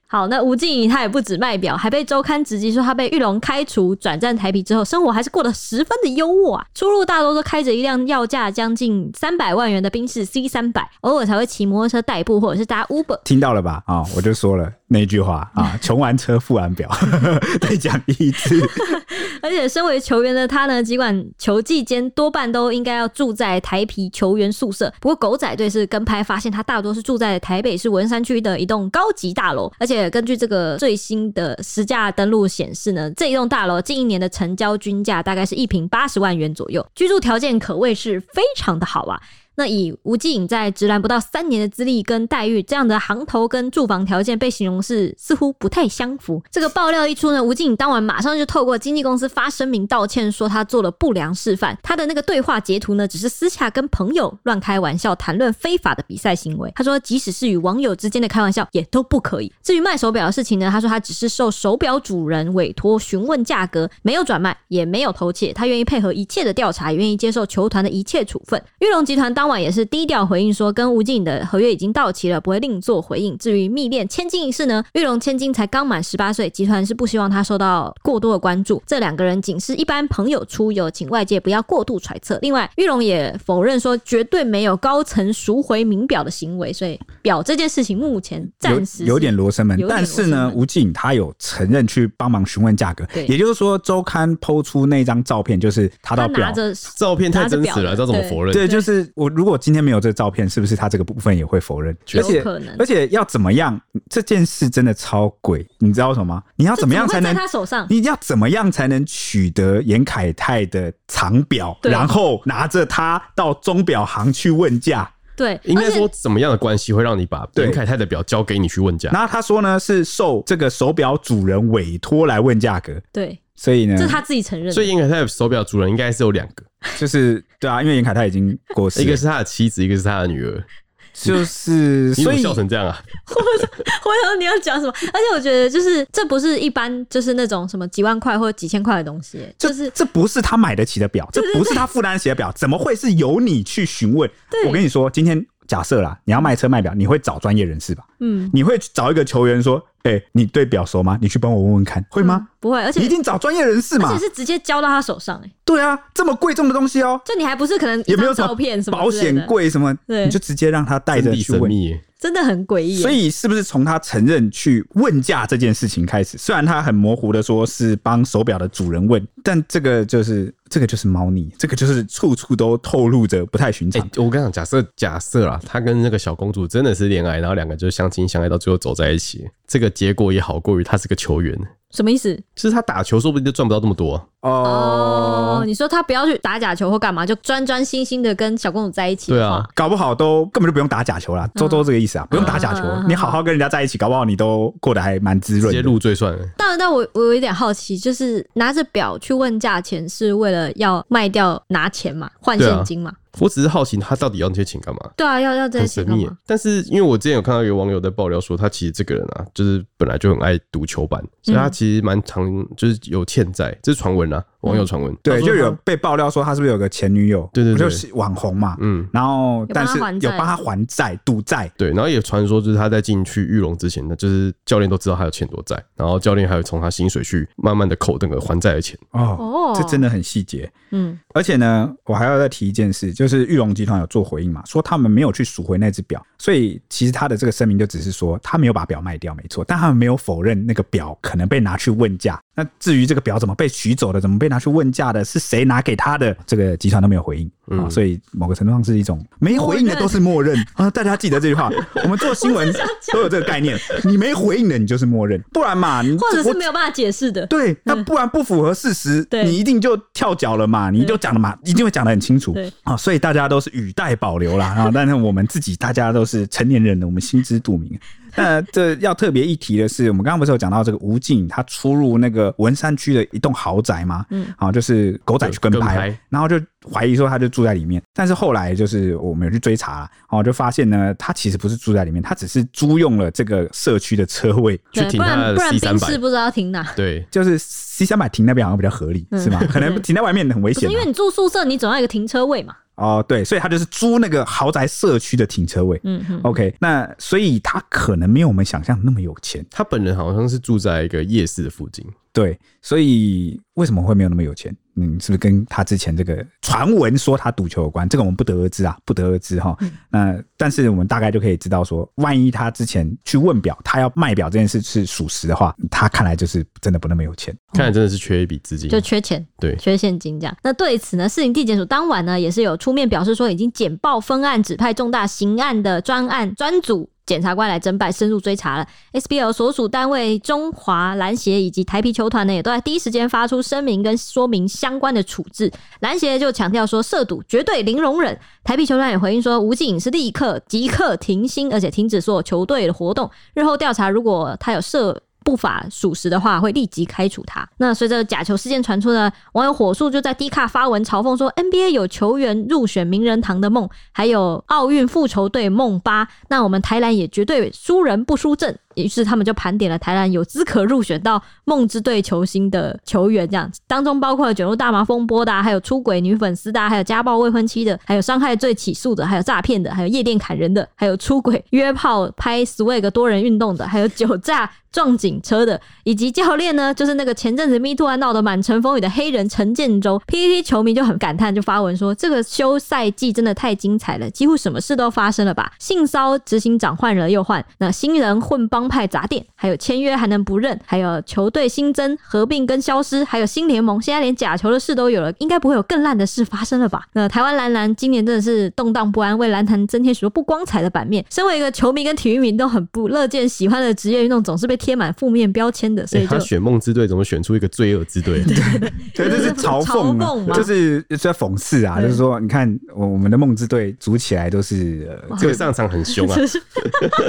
B: 好，那吴静怡她也不止卖表，还被周刊直击说她被玉龙开除，转战台啤之后，生活还是过得十分的优渥啊。出入大多都开着一辆要价将近三百万元的宾士 C 三百，偶尔才会骑摩托车代步或者是搭 Uber。
D: 听到了吧？啊、我就说了那句话 啊，穷完车付完表， 再讲一次。
B: 而且身为球员的他呢，尽管球季间多半都应该要住在台皮球员宿舍，不过狗仔队是跟拍发现他大多是住在台北市文山区的一栋高级大楼，而且根据这个最新的实价登录显示呢，这一栋大楼近一年的成交均价大概是一平八十万元左右，居住条件可谓是非常的好啊。那以吴继颖在直男不到三年的资历跟待遇，这样的行头跟住房条件被形容是似乎不太相符。这个爆料一出呢，吴继颖当晚马上就透过经纪公司发声明道歉，说他做了不良示范。他的那个对话截图呢，只是私下跟朋友乱开玩笑，谈论非法的比赛行为。他说，即使是与网友之间的开玩笑，也都不可以。至于卖手表的事情呢，他说他只是受手表主人委托询问价格，没有转卖，也没有偷窃，他愿意配合一切的调查，也愿意接受球团的一切处分。玉龙集团当晚也是低调回应说，跟吴静的合约已经到期了，不会另作回应。至于密恋千金一事呢，玉龙千金才刚满十八岁，集团是不希望他受到过多的关注。这两个人仅是一般朋友出游，请外界不要过度揣测。另外，玉龙也否认说绝对没有高层赎回名表的行为，所以表这件事情目前暂时
D: 有有点罗生门
B: 有，点
D: 但是
B: 罗生
D: 呢，
B: 门
D: 吴静他有承认去帮忙询问价格
B: 对，
D: 也就是说，周刊抛出那张照片，就是他
B: 他
D: 到
B: 拿
D: 表。
B: 着
C: 照片太真实了，
B: 拿着表
C: 知道怎么否认？
D: 对，就是我如果今天没有这个照片，是不是他这个部分也会否认？
B: 有
D: 而且
B: 可能
D: 而且要怎么样？这件事真的超鬼，你知道为什么吗？你要怎么样才
B: 这
D: 能
B: 怎么会在他手上？
D: 你要怎么样才能取得严凯泰的藏表，
B: 对
D: 然后拿着它到钟表行去问价？
B: 对，
C: 应
B: 而
C: 该
B: 且
C: 说怎么样的关系会让你把
D: 对
C: 林凯泰的表交给你去问价？
D: 然后他说呢，是受这个手表主人委托来问价格，
B: 对，
D: 所嗯以呢
B: 这，是他自己承认的。
C: 所以严凯泰的手表主人应该是有两个，
D: 就是对啊，因为严凯泰已经过世了，
C: 一个是他的妻子，一个是他的女儿。
D: 就是
C: 你怎
D: 所
C: 么
D: 以
C: 笑成这样啊？
B: 我想你要讲什么？而且我觉得就是这不是一般就是那种什么几万块或几千块的东西，就
D: 这
B: 是
D: 这不是他买得起的表，这不是他负担得起的表，怎么会是由你去询问？
B: 对
D: 我跟你说，今天假设啦，你要卖车卖表，你会找专业人士吧？
B: 嗯，
D: 你会去找一个球员说：“哎、你对表熟吗？你去帮我问问看，会吗？”
B: 嗯不会，而且
D: 你一定找专业人士
B: 而
D: 嘛
B: 且？是直接交到他手上、欸，
D: 对啊，这么贵重的东西哦，
B: 就你还不是可能一
D: 也没有
B: 张
D: 什
B: 照
D: 么
B: 片什么
D: 保
B: 之类
D: 险
B: 的，
D: 柜什么，
B: 对
D: 你就直接让他带着
C: 真谛
D: 去
C: 神
D: 问。哎
C: 秘耶，
B: 真的很诡异、欸。
D: 所以是不是从他承认去问价这件事情开始？虽然他很模糊的说是帮手表的主人问，但这个就是这个就是猫腻，这个就是处处都透露着不太寻
C: 哎、
D: 常。
C: 我跟你讲，假设假设啦，他跟那个小公主真的是恋爱，然后两个就是相亲相爱，到最后走在一起，这个结果也好过于他是个球员。
B: 什么意思？
C: 就是他打球，说不定就赚不到这么多
B: 哎
C: 啊、
B: 哦，你说他不要去打假球或干嘛，就专专心心的跟小公主在一起
C: 对
B: 的话，
C: 啊，
D: 搞不好都根本就不用打假球啦，周周这个意思啊，不用打假球
B: 嗯嗯嗯嗯，嗯
D: 你好好跟人家在一起，搞不好你都过得还蛮滋
C: 直
D: 润的。
C: 接入赘算了。
B: 当然，但我我有一点好奇，就是拿着表去问价钱，是为了要卖掉拿钱嘛，换
C: 对啊
B: 现金嘛？
C: 我只是好奇他到底要那些钱干嘛？
B: 对啊，要要这
C: 很
B: 些
C: 神
B: 干
C: 秘
B: 嘛？。
C: 但是因为我之前有看到有网友在爆料说，他其实这个人啊，就是本来就很爱赌球板，所以
D: 嗯
C: 他其实蛮常就是有欠债，这是传闻啊，网友传闻。
D: 嗯对，
C: 他说
D: 就
C: 他
D: 有被爆料说他是不是有个前女友？
C: 对对对
D: 就是网红嘛。
C: 嗯。
D: 然后
B: 有帮
D: 但
B: 他
D: 是
B: 还
D: 有
B: 债
D: 帮他还债、赌债，
C: 对，然后也传说就是他在进去玉龙之前，那就是教练都知道他有欠多债，然后教练还有从他薪水去慢慢的扣那个还债的钱。
D: 哦
B: 哦，
D: 这真的很细节。
B: 嗯，
D: 而且呢，我还要再提一件事，就是玉龙集团有做回应嘛，说他们没有去赎回那只表，所以其实他的这个声明就只是说他没有把表卖掉，没错，但他们没有否认那个表可能被拿去问价。那至于这个表怎么被取走的，怎么被拿去问价的，是谁拿给他的，这个集团都没有回应。啊，所以某个程度上是一种没回应的都是默 认啊，大家记得这句话。我们做新闻都有这个概念，你没回应的你就是默认，不然嘛，你
B: 或者
D: 我
B: 是没有办法解释的。嗯
D: 对，那不然不符合事实，
B: 对
D: 你一定就跳脚了嘛，你就讲了嘛，一定会讲得很清楚
B: 对
D: 啊，所以大家都是语带保留啦 啊，但是我们自己大家都是成年人了，我们心知肚 明。那这要特别一提的是，我们刚刚不是有讲到这个吴静，他出入那个文山区的一栋豪宅吗？
B: 嗯
D: 啊，就是狗仔去跟
C: 跟
D: 拍
C: 拍，
D: 然后就怀疑说他就住在里面，但是后来就是我们有去追查啦，哦，就发现呢，他其实不是住在里面，他只是租用了这个社区的车位，
C: 去
B: 对，
C: 停
B: 不
C: 他
B: 然
C: 的
B: 不然
C: C 三
B: 冰
C: 百啊
B: 室，不知道停哪。
C: 对，
D: 就是 C 三百停那边好像比较合理，是 吗？可能停在外面很危
B: 嗯不
D: 险
B: 是因
D: 啊、
B: 为你住宿舍，你总要有一个停车位嘛。
D: 哦，对，所以他就是租那个豪宅社区的停车位。
B: 嗯哼，
D: OK，那所以他可能没有我们想象那么有钱，
C: 他本人好像是住在一个夜市的附近，
D: 对，所以为什么会没有那么有钱？嗯，是不是跟他之前这个传闻说他赌球有关？这个我们不得而知啊，不得而知哈。
B: 嗯
D: 那但是我们大概就可以知道说，万一他之前去问表，他要卖表这件事是属实的话，他看来就是真的不那么有钱。
C: 看来真的是缺一笔资金，啊
B: 就缺钱，
C: 对
B: 缺现金这样。那对此呢，市营地检署当晚呢也是有出面表示说，已经简报分案，指派重大刑案的专案专组。检察官来侦办，深入追查了。SBL 所属单位中华篮协以及台皮球团呢，也都在第一时间发出声明跟说明相关的处置。篮协就强调说，涉赌绝对零容忍。台皮球团也回应说，吴敬颖是立刻即刻停薪，而且停止所有球队的活动。日后调查，如果他有涉不法属实的话，会立即开除他。那随着假球事件传出呢，网友火速就在 D 卡发文嘲讽说，NBA 有球员入选名人堂的梦，还有奥运复仇队梦八，那我们台篮也绝对输人不输阵。于是他们就盘点了台篮有资格入选到梦之队球星的球员，这样当中包括了卷入大麻风波的、啊，还有出轨女粉丝的、啊，还有家暴未婚妻的，还有伤害罪起诉的，还有诈骗的，还有夜店砍人的，还有出轨约炮拍 swag 多人运动的，还有酒驾撞警车的，以及教练呢，就是那个前阵子 Me Too 案闹得满城风雨的黑人陈建州，PPT 球迷就很感叹，就发文说这个休赛季真的太精彩了，几乎什么事都发生了吧？性骚执行长换了又换，那新人混帮派砸店，还有签约还能不认，还有球队新增合并跟消失，还有新联盟，现在连假球的事都有了，应该不会有更烂的事发生了吧？那台湾篮篮今年真的是动荡不安，为篮坛增添许多不光彩的版面。身为一个球迷跟体育迷都很不乐见，喜欢的职业运动总是被贴满负面标签的，所
C: 哎、
B: 以就、
C: 他选梦之队怎么选出一个罪恶之队？啊
D: 对，这是嘲讽
B: 嘲讽
D: 啊，
B: 吗
D: 就是是在讽刺啊，
B: 对
D: 就是说，你看我我们的梦之队组起来都是呃
C: 这个上场很凶啊，
B: 就是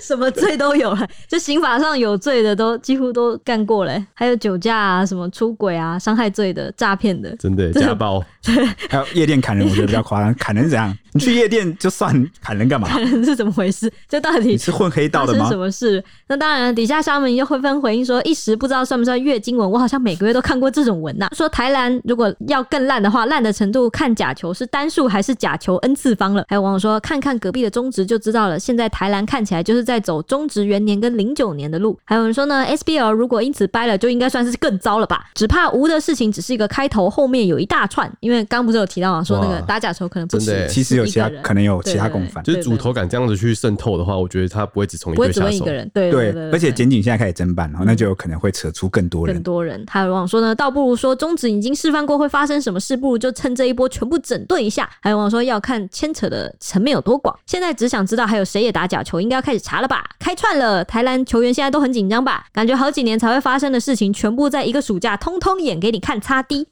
B: 什么罪都有了，就刑法上有罪的都几乎都干过了，还有酒驾啊、什么出轨啊、伤害罪的、诈骗的，
C: 真的家暴，
D: 还有夜店砍人，我觉得比较夸张。砍人是怎 样？你去夜店就算砍人干嘛？
B: 是怎么回事？这到底
D: 你是混黑道的
B: 发生
D: 吗
B: 什？么事？那当然，底下乡民就会纷纷回应说，一时不知道算不算月经文，我好像每个月都看过这种文呐、说台篮如果要更烂的话，烂的程度看假球是单数还是假球 n 次方了。还有网友说，看看隔壁的中职就知道了，现在台篮看起来就是在走中职元年跟零九年的路。还有人说呢，SBL 如果因此掰了，就应该算是更糟了吧？只怕无的事情只是一个开头，后面有一大串。因为刚不是有提到啊，说那个
C: 哇
B: 打假球可能不
C: 真
B: 止
C: 的欸
D: 其实有其他
B: 一个，人
D: 可能有
B: 对
D: 其他
B: 对
D: 共
B: 对
D: 犯。
C: 就是主投感这样子去渗透的话，我觉得他不会只从一
B: 不会
C: 队
B: 只
C: 下
B: 问一
C: 手
B: 个。人，对
D: 对
B: 对，
D: 而且检警现在开始侦办了，那就有可能会扯出更多人
B: 更。多人。还有网友说呢，倒不如说中止已经示范过会发生什么事，不如就趁这一波全部整顿一下。还有网友说要看牵扯的层面有多广，现在只想知道还有谁也打假球，应该要开始查了吧？开串了，台篮球员现在都很紧张吧？感觉好几年才会发生的事情，全部在一个暑假通通演给你看，擦滴。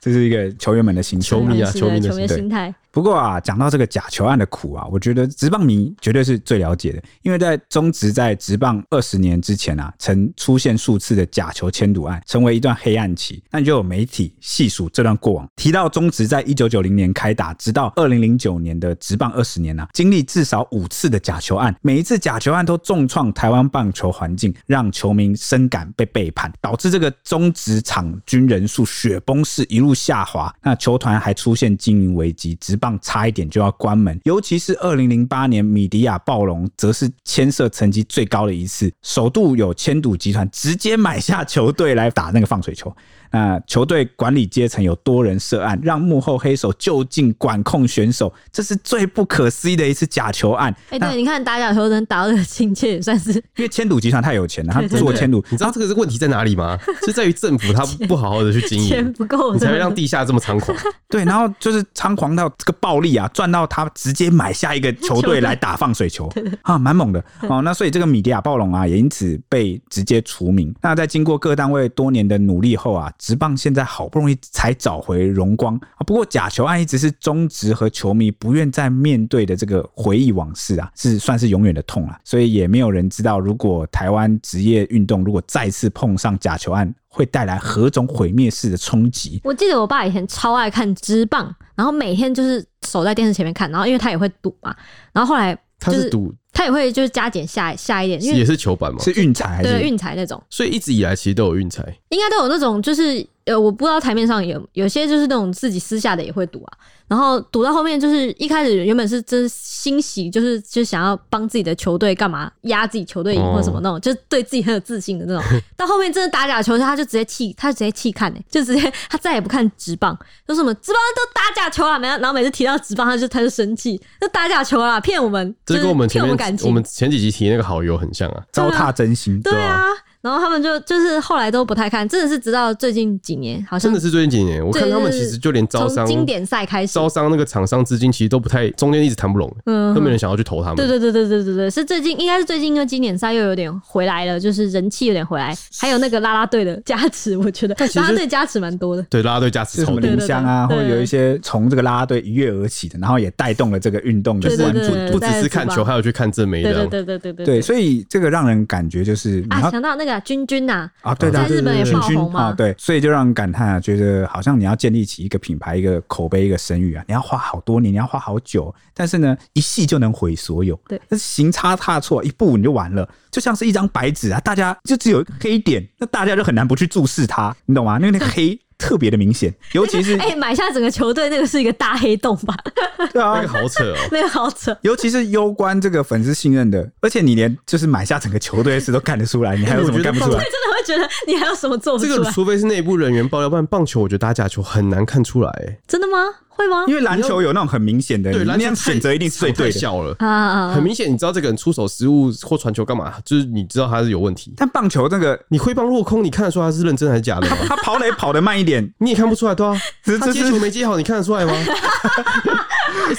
D: 这是一个球员们的心
C: 球
D: 声。
C: 迷啊
B: 是
C: 球迷的
B: 球迷
D: 心态
B: 心态，
D: 不过啊，讲到这个假球案的苦啊，我觉得职棒迷绝对是最了解的，因为在中职在职棒二十年之前啊，曾出现数次的假球迁赌案，成为一段黑暗期。那你就有媒体细数这段过往，提到中职在一九九零年开打，直到二零零九年的职棒二十年啊，经历至少五次的假球案，每一次假球案都重创台湾棒球环境，让球迷深感被背叛，导致这个中职场均人数雪崩式一路下滑。那球团还出现经营危机，职棒差一点就要关门。尤其是二零零八年米迪亚暴龙，则是牵涉成绩最高的一次，首度有千赌集团直接买下球队来打那个放水球。那球队管理阶层有多人涉案，让幕后黑手就近管控选手，这是最不可思议的一次假球案。
B: 哎、对，你看打假球能打到这个境界，也算是
D: 因为千赌集团太有钱了，他
B: 对
D: 做千赌，
C: 你知道这个是问题在哪里吗？是在于政府他不好好的去 经
B: 钱
C: 营，
B: 不够，
C: 你才会让地下这么 猖狂。
D: 对，然后就是猖狂到这个暴力啊，赚到他直接买下一个球队来打放水球啊，蛮猛的哦。那所以这个米迪亚暴龙啊，也因此被直接除名。那在经过各单位多年的努力后啊，职棒现在好不容易才找回荣光啊。不过假球案一直是中职和球迷不愿再面对的这个回忆往事啊，是算是永远的痛啊。所以也没有人知道，如果台湾职业运动如果再次碰上假球案，会带来何种毁灭式的冲击。
B: 我记得我爸以前超爱看直棒，然后每天就是守在电视前面看，然后因为他也会赌嘛，然后后来
C: 他
B: 就是是
C: 赌
B: 他也会就是加减下下一点，因
C: 也
B: 为
C: 是球板嘛，
D: 是运彩还是
B: 对运财那种，
C: 所以一直以来其实都有运财。
B: 应该都有那种就是呃，我不知道台面上有有些就是那种自己私下的也会赌啊，然后赌到后面就是一开始原本是真欣喜，就是就想要帮自己的球队干嘛压自己球队赢或什么那种，就是对自己很有自信的那 种，到后面真的打假球，他就直接弃，他就直接弃看呢、欸就直接他再也不看直棒，说什么直棒都打假球啊，然后然后每次提到直棒，他就他就生气，就打假球啊，骗我们，
C: 这
B: 就是
C: 跟我们前
B: 啊骗
C: 面
B: 我们感情，
C: 我们前几集提那个好友很像啊。
D: 糟蹋真心，
B: 对啊，然后他们就就是后来都不太看，真的是直到最近几年，好
C: 真
B: 像
C: 的是最近几年，我看他们
B: 对
C: 其
B: 对
C: 实就连招
B: 从
C: 商、
B: 经典赛开始，
C: 招商那个厂商资金其实都不太，中间一直谈不拢，
B: 嗯
C: 都没人想要去投他们。
B: 对对对对对对对，是最近应该是最近因为经典赛又有点回来了，就是人气有点回来，还有那个啦啦队的加持，我觉得
C: 但其实
B: 啦啦队加持蛮多的。
C: 对，拉拉队加持
D: 是什
C: 超
D: 么
C: 多
B: 对
D: 林香啊，
B: 对
D: 或
B: 对
D: 者有一些从这个啦啦队一跃而起的，然后也带动了这个运动的
B: 对对
D: 关
B: 对
D: 注
B: 对。
C: 不只是看球，还有去看正美
B: 对
C: 的
B: 对
C: 啊。
B: 对对对对
D: 对，所以这个让人感觉就是你
B: 啊，
D: 要
B: 想到那个啊君君呐，
D: 啊，对的
B: 在
D: 啊，
B: 日本也
D: 对对对
B: 爆
D: 君
B: 红
D: 啊，
B: 嘛，
D: 对，所以就让人感叹啊，觉得好像你要建立起一个品牌、一个口碑、一个声誉啊，你要花好多年，你要花好久，但是呢，一戏就能毁所有。
B: 对
D: 但是行差踏错一步你就完了，就像是一张白纸啊，大家就只有一个黑点，那大家就很难不去注视它，你懂吗？因为那个黑特别的明显，尤其是
B: 哎，买下整个球队那个是一个大黑洞吧？
D: 对啊
C: 那个，好扯哦，
B: 那个 好扯，
D: 尤其是攸关这个粉丝信任的，而且你连就是买下整个球队的事都干得出来，你
C: 哎
D: 还有什么干不出来？
B: 真的会觉得你还有什么做不
C: 这
B: 出
C: 个
B: 来？
C: 除非是内部人员爆料，不然棒球我觉得打假球很难看出来。欸
B: 真的吗？会吗？
D: 因为篮球有那种很明显的，
C: 对，
D: 你
C: 篮
D: 那
C: 球
D: 样
C: 太
D: 选择一定是最
C: 太
D: 对的。
C: 小了。
B: 啊啊，啊
C: 很明显，你知道这个人出手失误或传球干嘛，就是你知道他是有问题。
D: 但棒球那个，
C: 你挥棒落空，你看得出来他是认真还是假的吗？
D: 他跑垒跑得慢一点，
C: 你也看不出来，对啊，
D: 这
C: 他
D: 这
C: 接球
D: 是
C: 没接好，你看得出 来吗？欸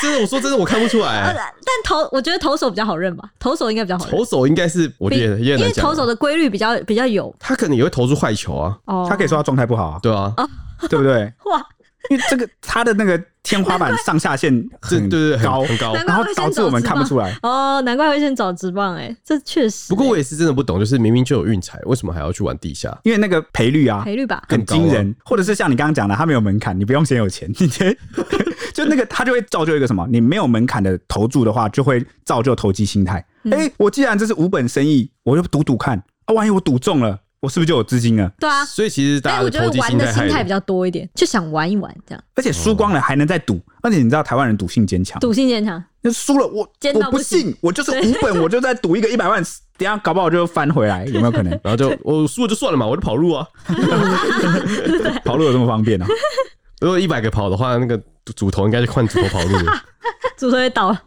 C: 真的，我说真的，我看不出来欸。
B: 呃但投我觉得投手比较好认吧，投手应该比较好认，
C: 投手应该是，我
B: 比
C: 觉得也
B: 因
C: 很
B: 为
C: 难讲
B: 投手
C: 啊。
B: 的规律比较比较有
C: 他可能也会投出坏球啊，
B: 哦。
D: 他可以说他状态不好啊，
C: 对啊，
D: 对不对？
B: 哇，
D: 因为这个他的那个天花板上下限
C: 这
D: 很
C: 对对对很
D: 高，
C: 很高。
B: 难怪
D: 然后
B: 会先
D: 导致我们看不出来。
B: 哦，难怪会先找直棒哎、这确实、
C: 不过我也是真的不懂，就是明明就有运彩，为什么还要去玩地下？
D: 因为那个赔率啊，
B: 哎赔率吧，
D: 很惊人，或者是像你刚刚讲的，他没有门槛，你不用先有钱， 你先就那个他就会造就一个什么？你没有门槛的投注的话，就会造就投机心态。哎、
B: 嗯
D: 我既然这是无本生意，我就赌赌看啊，万一我赌中了，我是不是就有资金了？
B: 对啊。
C: 所以其实大
B: 但
C: 家
B: 我
C: 的
B: 觉
C: 投
B: 得
C: 机
B: 玩
C: 心
B: 的
C: 态
B: 心态
C: 害
B: 比
C: 的。
B: 较多一点，就想玩一玩这样，
D: 而且输光了还能再赌，而且你知道台湾人赌性坚
C: 啊？
D: 强，
B: 赌性坚强。
D: 那输了我
B: 坚
D: 我
B: 到
D: 不
B: 不行
D: 信，我就是无本， 我就再赌一个一百万，等一下搞不好就翻回来，有没有可 能
C: 然后 就我输了就算了嘛，我就跑路啊。
D: 跑路有这么方便啊？
C: 如果一百个跑的话，那个主头应该是换主头跑路的。
B: 主队倒了，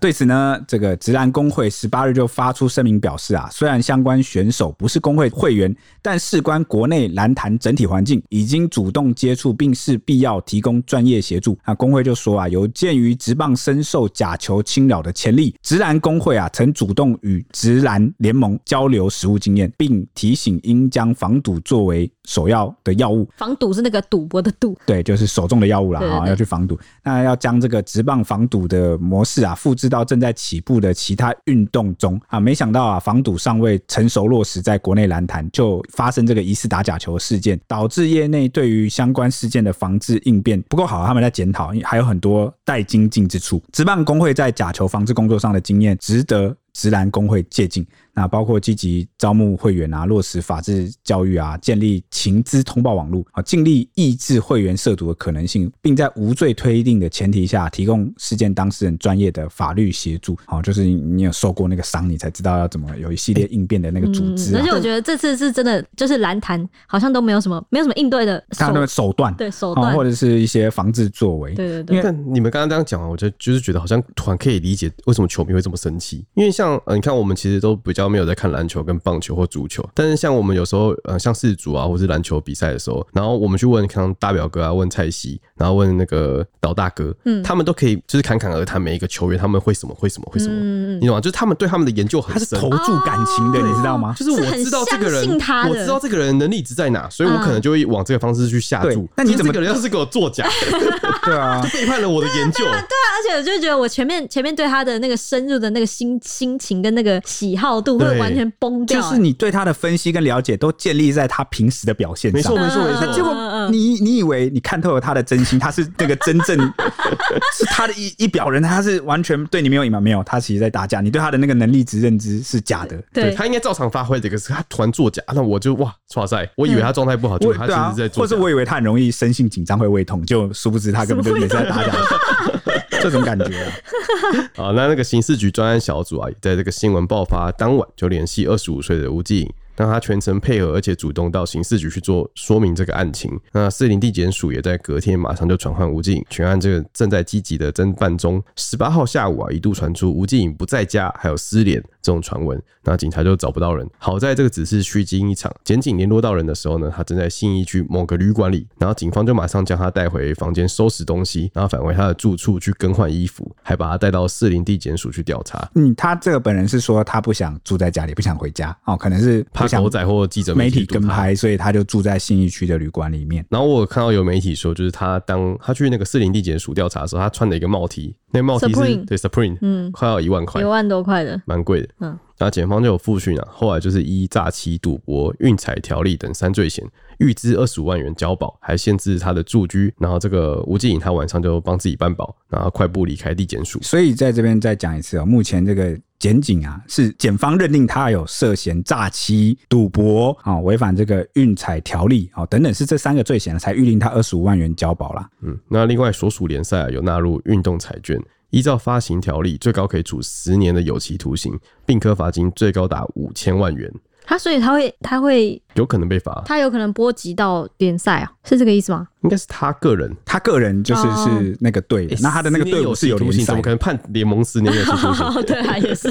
D: 对此呢，这个直男工会十八日就发出声明表示啊，虽然相关选手不是工会会员，但事关国内篮坛整体环境，已经主动接触并是必要提供专业协助。那工会就说啊，有鉴于职棒深受假球侵扰的潜力，直男工会啊曾主动与直男联盟交流实务经验，并提醒应将防赌作为首要的药物，
B: 防赌是那个赌博的赌，
D: 对，就是手中的药物啦，
B: 对对
D: 哈，
B: 对
D: 要去防堵。那要将这个直棒防堵的模式啊，复制到正在起步的其他运动中啊。没想到啊，防堵尚未成熟落实在国内篮坛，就发生这个疑似打假球事件，导致业内对于相关事件的防治应变不够好啊，他们在检讨，因为还有很多待精进之处。直棒工会在假球防治工作上的经验，值得。直男工会借鉴。那包括积极招募会员啊，落实法治教育啊，建立情资通报网络啊，尽力抑制会员涉毒的可能性，并在无罪推定的前提下，提供事件当事人专业的法律协助。好、就是你你有受过那个伤，你才知道要怎么有一系列应变的那个组织
B: 嗯而
D: 啊
B: 且，我觉得这次是真的，就是蓝坛好像都没有什么没有什么应对的手
D: 看他们手段。
B: 对手
D: 啊，
B: 段，
D: 或者是一些防治作为，
B: 对对对。
C: 但你们刚刚这样讲啊完，我就就是觉得好像突然可以理解为什么球迷会这么生气，因为像呃，你看我们其实都比较没有在看篮球跟棒球或足球，但是像我们有时候呃，像世足啊或是篮球比赛的时候，然后我们去问像大表哥啊，问蔡西，然后问那个老大哥，嗯，他们都可以就是侃侃而谈每一个球员他们会什么会什么会什么，
B: 嗯嗯嗯
C: 你懂吗？就是他们对他们的研究很
D: 他是
C: 深。
D: 投注感情的，
B: 哦
D: 你知道吗？
C: 就是我知道这个
B: 是很相信
C: 人
B: 他，的
C: 我知道这个人能力值在哪，所以我可能就会往这个方式去下
D: 嗯对
C: 注。
D: 那你怎么
C: 就是这个人要是给我作 假，
D: 对啊，
C: 背叛了我的研究？
B: 而且我就觉得我前面前面对他的那个深入的那个心心情跟那个喜好度会
C: 对
B: 完全崩掉、
D: 就是你对他的分析跟了解都建立在他平时的表现
C: 没
D: 上
C: 错，。没错，没
B: 嗯
C: 错。
D: 啊结果
B: 嗯嗯嗯
D: 你你以为你看透了他的真心，他是那个真 正是他的一一表人，他是完全对你没有隐瞒，没有，他其实在打架。你对他的那个能力值认知是假的。
C: 对
B: 对。
C: 他应该照常发挥这个，是他突然作假，那我就哇，哇塞！我以为他状态不好，结
D: 我
C: 果他
D: 对
C: 其实
D: 啊
C: 是在，作
D: 或
C: 假
D: 是。我以为他很容易生性紧张会胃痛，就殊不知他根本就每次在打架， 这种感觉、啊。
C: 啊，那那个刑事局专案小组啊，也在这个新闻爆发当晚就联系二十五岁的吴继颖，让他全程配合，而且主动到刑事局去做说明这个案情。那四林地检署也在隔天马上就传唤吴继颖，全案这个正在积极的侦办中。十八号下午啊，一度传出吴继颖不在家，还有失联这种传闻，那警察就找不到人。好在这个只是虚惊一场，检警联络到人的时候呢，他正在信义区某个旅馆里，然后警方就马上将他带回房间收拾东西，然后返回他的住处去更换衣服，还把他带到士林地检署去调查，
D: 嗯，他这个本人是说他不想住在家里，不想回家哦，可能是不
C: 怕
D: 想
C: 狗仔或记者
D: 媒体
C: 体
D: 跟
C: 堵他。
D: 拍，所以他就住在信义区的旅馆里面。
C: 然后我有看到有媒体说，就是他当他去那个士林地检署调查的时候，他穿的一个帽 T，那个帽 T 是
B: Supreme
C: 对 Supreme，
B: 嗯
C: 快要一万块
B: 一，万多块的，
C: 蛮贵的。
B: 嗯
C: 然后检方就有复讯啊，后来就是依诈欺、赌博、运彩条例等三罪嫌，预支二十五万元交保，还限制他的住居。然后这个吴继颖他晚上就帮自己办保，然后快步离开地检署。
D: 所以在这边再讲一次哦，目前这个检警啊，是检方认定他有涉嫌诈欺、赌博啊、违反这个运彩条例啊、等等，是这三个罪嫌，才预定他二十五万元交保啦。
C: 嗯，那另外所属联赛、啊、有纳入运动彩券，依照发行条例，最高可以处十年的有期徒刑，并科罚金最高达五千万元，
B: 他所以他会他会
C: 有可能被罚。
B: 他有可能波及到联赛啊，是这个意思吗？
C: 应该是他个人。
D: 他个人就是
B: 哦
D: 是那个队的，那他的那个队伍是有
C: 十
D: 联
C: 年有期徒刑，怎
D: 赛
C: 么可
D: 的，
C: 能判联盟十年有期徒 刑？
B: 对啊，也是，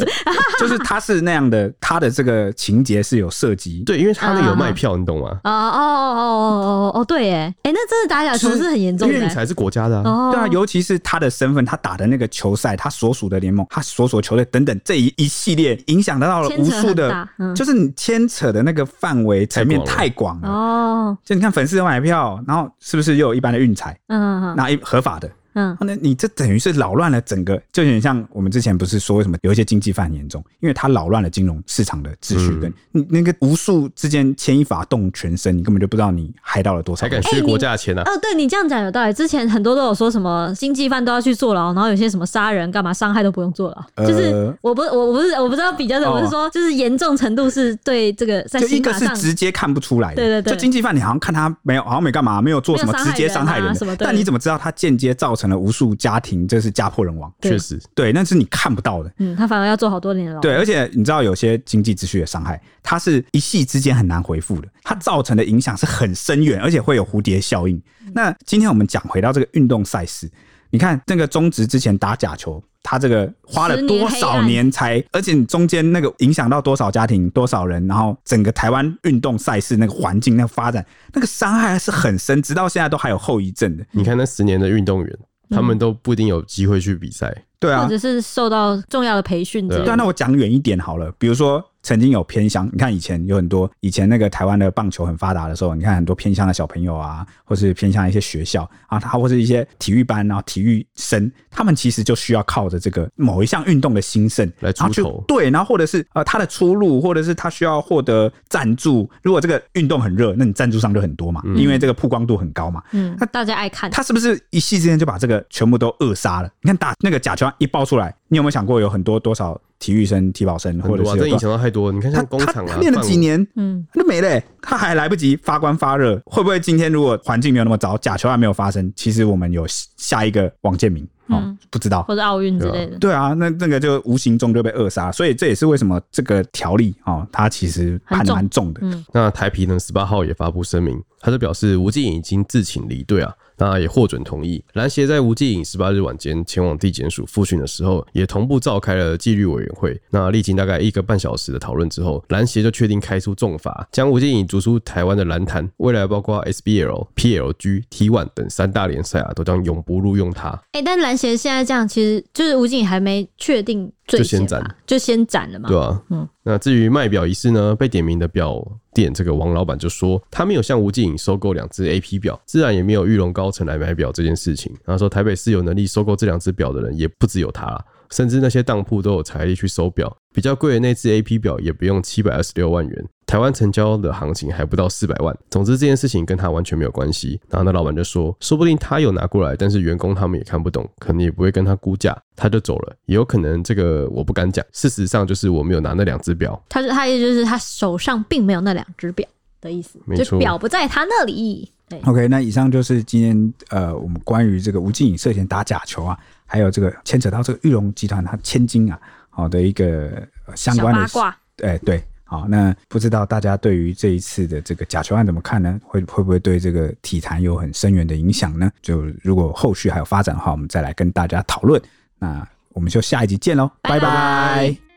D: 就是他是那样的，他的这个情节是有涉及。
C: 对，因啊为他那个有卖票，你懂吗？
B: 啊哦哦哦哦哦，对耶，哎，那真的打假球是很严重
C: 因
B: 的
C: 为你
B: 耶，
C: 才是国家的啊。
B: 哦，
D: 对啊，尤其是他的身份，他打的那个球赛，他所属的联盟，他所属球队等等这一一系列，影响到了无数
B: 牵扯很
D: 的
B: 大，嗯
D: 就是你牵扯的那个范围层面太
C: 太
D: 广了。
B: 哦，
D: 就你看粉丝有买票，然后是不是又有一般的运彩，
B: 嗯嗯
D: 那一合法的，
B: 嗯，
D: 那你这等于是扰乱了整个，就有点像我们之前不是说为什么有一些经济犯很严重，因为它扰乱了金融市场的秩序，
C: 嗯
D: 跟你那个无数之间牵一发动全身，你根本就不知道你嗨到了多少
C: 才
D: 东
C: 敢
D: 西。
C: 削国家的钱啊！
B: 哦，对你这样讲有道理。之前很多都有说什么经济犯都要去坐牢，然后有些什么杀人干嘛伤害都不用坐牢。
D: 呃
B: 就是我不我我不是我不知道比较的，
D: 哦
B: 我是说就是严重程度是对这个在
D: 就一
B: 刑法
D: 个是
B: 上。
D: 直接看不出来的，
B: 对对对
D: 就经济犯你好像看他没有，好像没干嘛，没有做什么
B: 没有
D: 直
B: 伤害
D: 接
B: 人啊
D: 伤害人
B: 什
D: 的，
B: 么对
D: 但你怎么知道他间接造成了无数家庭这是家破人亡？
B: 对
C: 确实，
D: 对，那是你看不到的。
B: 嗯，他反而要坐好多年的牢。
D: 对，而且你知道有些经济秩序的伤害，它是一系之间很难回复的，它造成的影响是很深远，而且会有蝴蝶效应。
B: 嗯
D: 那今天我们讲回到这个运动赛事，你看那个中职之前打假球，他这个花了
B: 十年
D: 多
B: 黑
D: 少
B: 暗
D: 年才，而且你中间那个影响到多少家庭、多少人，然后整个台湾运动赛事那个环境、那个发展，那个伤害是很深，直到现在都还有后遗症的。
C: 你看那十年的运动员，他
B: 嗯
C: 们都不一定有机会去比赛。
D: 对啊，
B: 或者是受到重要的培训之类
C: 对啊
D: 对啊，
B: 的。
D: 那我讲远一点好了，比如说曾经有偏乡，你看以前有很多，以前那个台湾的棒球很发达的时候，你看很多偏乡的小朋友啊，或是偏乡一些学校啊，他或是一些体育班啊、体育生，他们其实就需要靠着这个某一项运动的兴盛
C: 来出
D: 然后去
C: 头
D: 对，然后或者是呃他的出路，或者是他需要获得赞助。如果这个运动很热，那你赞助商就很多嘛，
C: 嗯
D: 因为这个曝光度很高嘛。
B: 嗯
D: 那，
B: 大家爱看。
D: 他是不是一夕之间就把这个全部都扼杀了？你看打那个假球，然一爆出来，你有没有想过有很多多少体育生、体保生，
C: 很
D: 或者
C: 多啊，
D: 是
C: 这
D: 有
C: 影响到太多了。你看
D: 他
C: 像工
D: 他
C: 厂啊，
D: 他练了
C: 饭
D: 几
C: 屋，
D: 年，
B: 嗯，
D: 他就没嘞、他还来不及发光发热，会不会今天如果环境没有那么糟，假球案没有发生，其实我们有下一个王建民哦，
B: 嗯
D: 不知道。
B: 或者奥运之类的。
D: 对啊，那那个就无形中就被扼杀，所以这也是为什么这个条例哦，它其实判的蛮重的。
B: 嗯，
C: 那台皮呢，十八号也发布声明，他就表示吴敬颖已经自请离队啊，那也获准同意。篮协在吴敬颖十八日晚间前往地检署复讯的时候，也同步召开了纪律委员会。那历经大概一个半小时的讨论之后，篮协就确定开出重罚，将吴敬颖逐出台湾的篮坛，未来包括 SBL、PLG、T1 等三大联赛啊，都将永不录用他。
B: 哎、但篮协现在这样，其实就是吴敬还没确定罪
C: 就先
B: 嫌
C: 斩
B: 吧，就先斩了嘛。
C: 对啊，
B: 嗯
C: 那至于卖表一事呢，被点名的表店这个王老板就说，他没有向吴敬颖收购两只 AP 表，自然也没有玉龙高层来买表这件事情。然后说台北市有能力收购这两只表的人，也不只有他啦。甚至那些当铺都有财力去收表，比较贵的那只 AP 表也不用七百二十六万元，台湾成交的行情还不到四百万。总之这件事情跟他完全没有关系。然后那老板就说，说不定他有拿过来，但是员工他们也看不懂，可能也不会跟他估价，他就走了。也有可能这个我不敢讲，事实上就是我没有拿那两只表。
B: 他就他意思就是他手上并没有那两只表的意思
C: 没，
B: 就
C: 错
B: 表不在他那里。对，
D: OK，那以上就是今天呃，我们关于这个吴敬颖涉嫌打假球啊，还有这个牵扯到这个玉龙集团它千金啊，好、的一个呃相
B: 小
D: 关
B: 八
D: 的
B: 卦，
D: 哎、对，好，那不知道大家对于这一次的这个假球案怎么看呢？会会不会对这个体坛有很深远的影响呢？就如果后续还有发展的话，我们再来跟大家讨论。那我们就下一集见喽，拜
B: 拜
D: 拜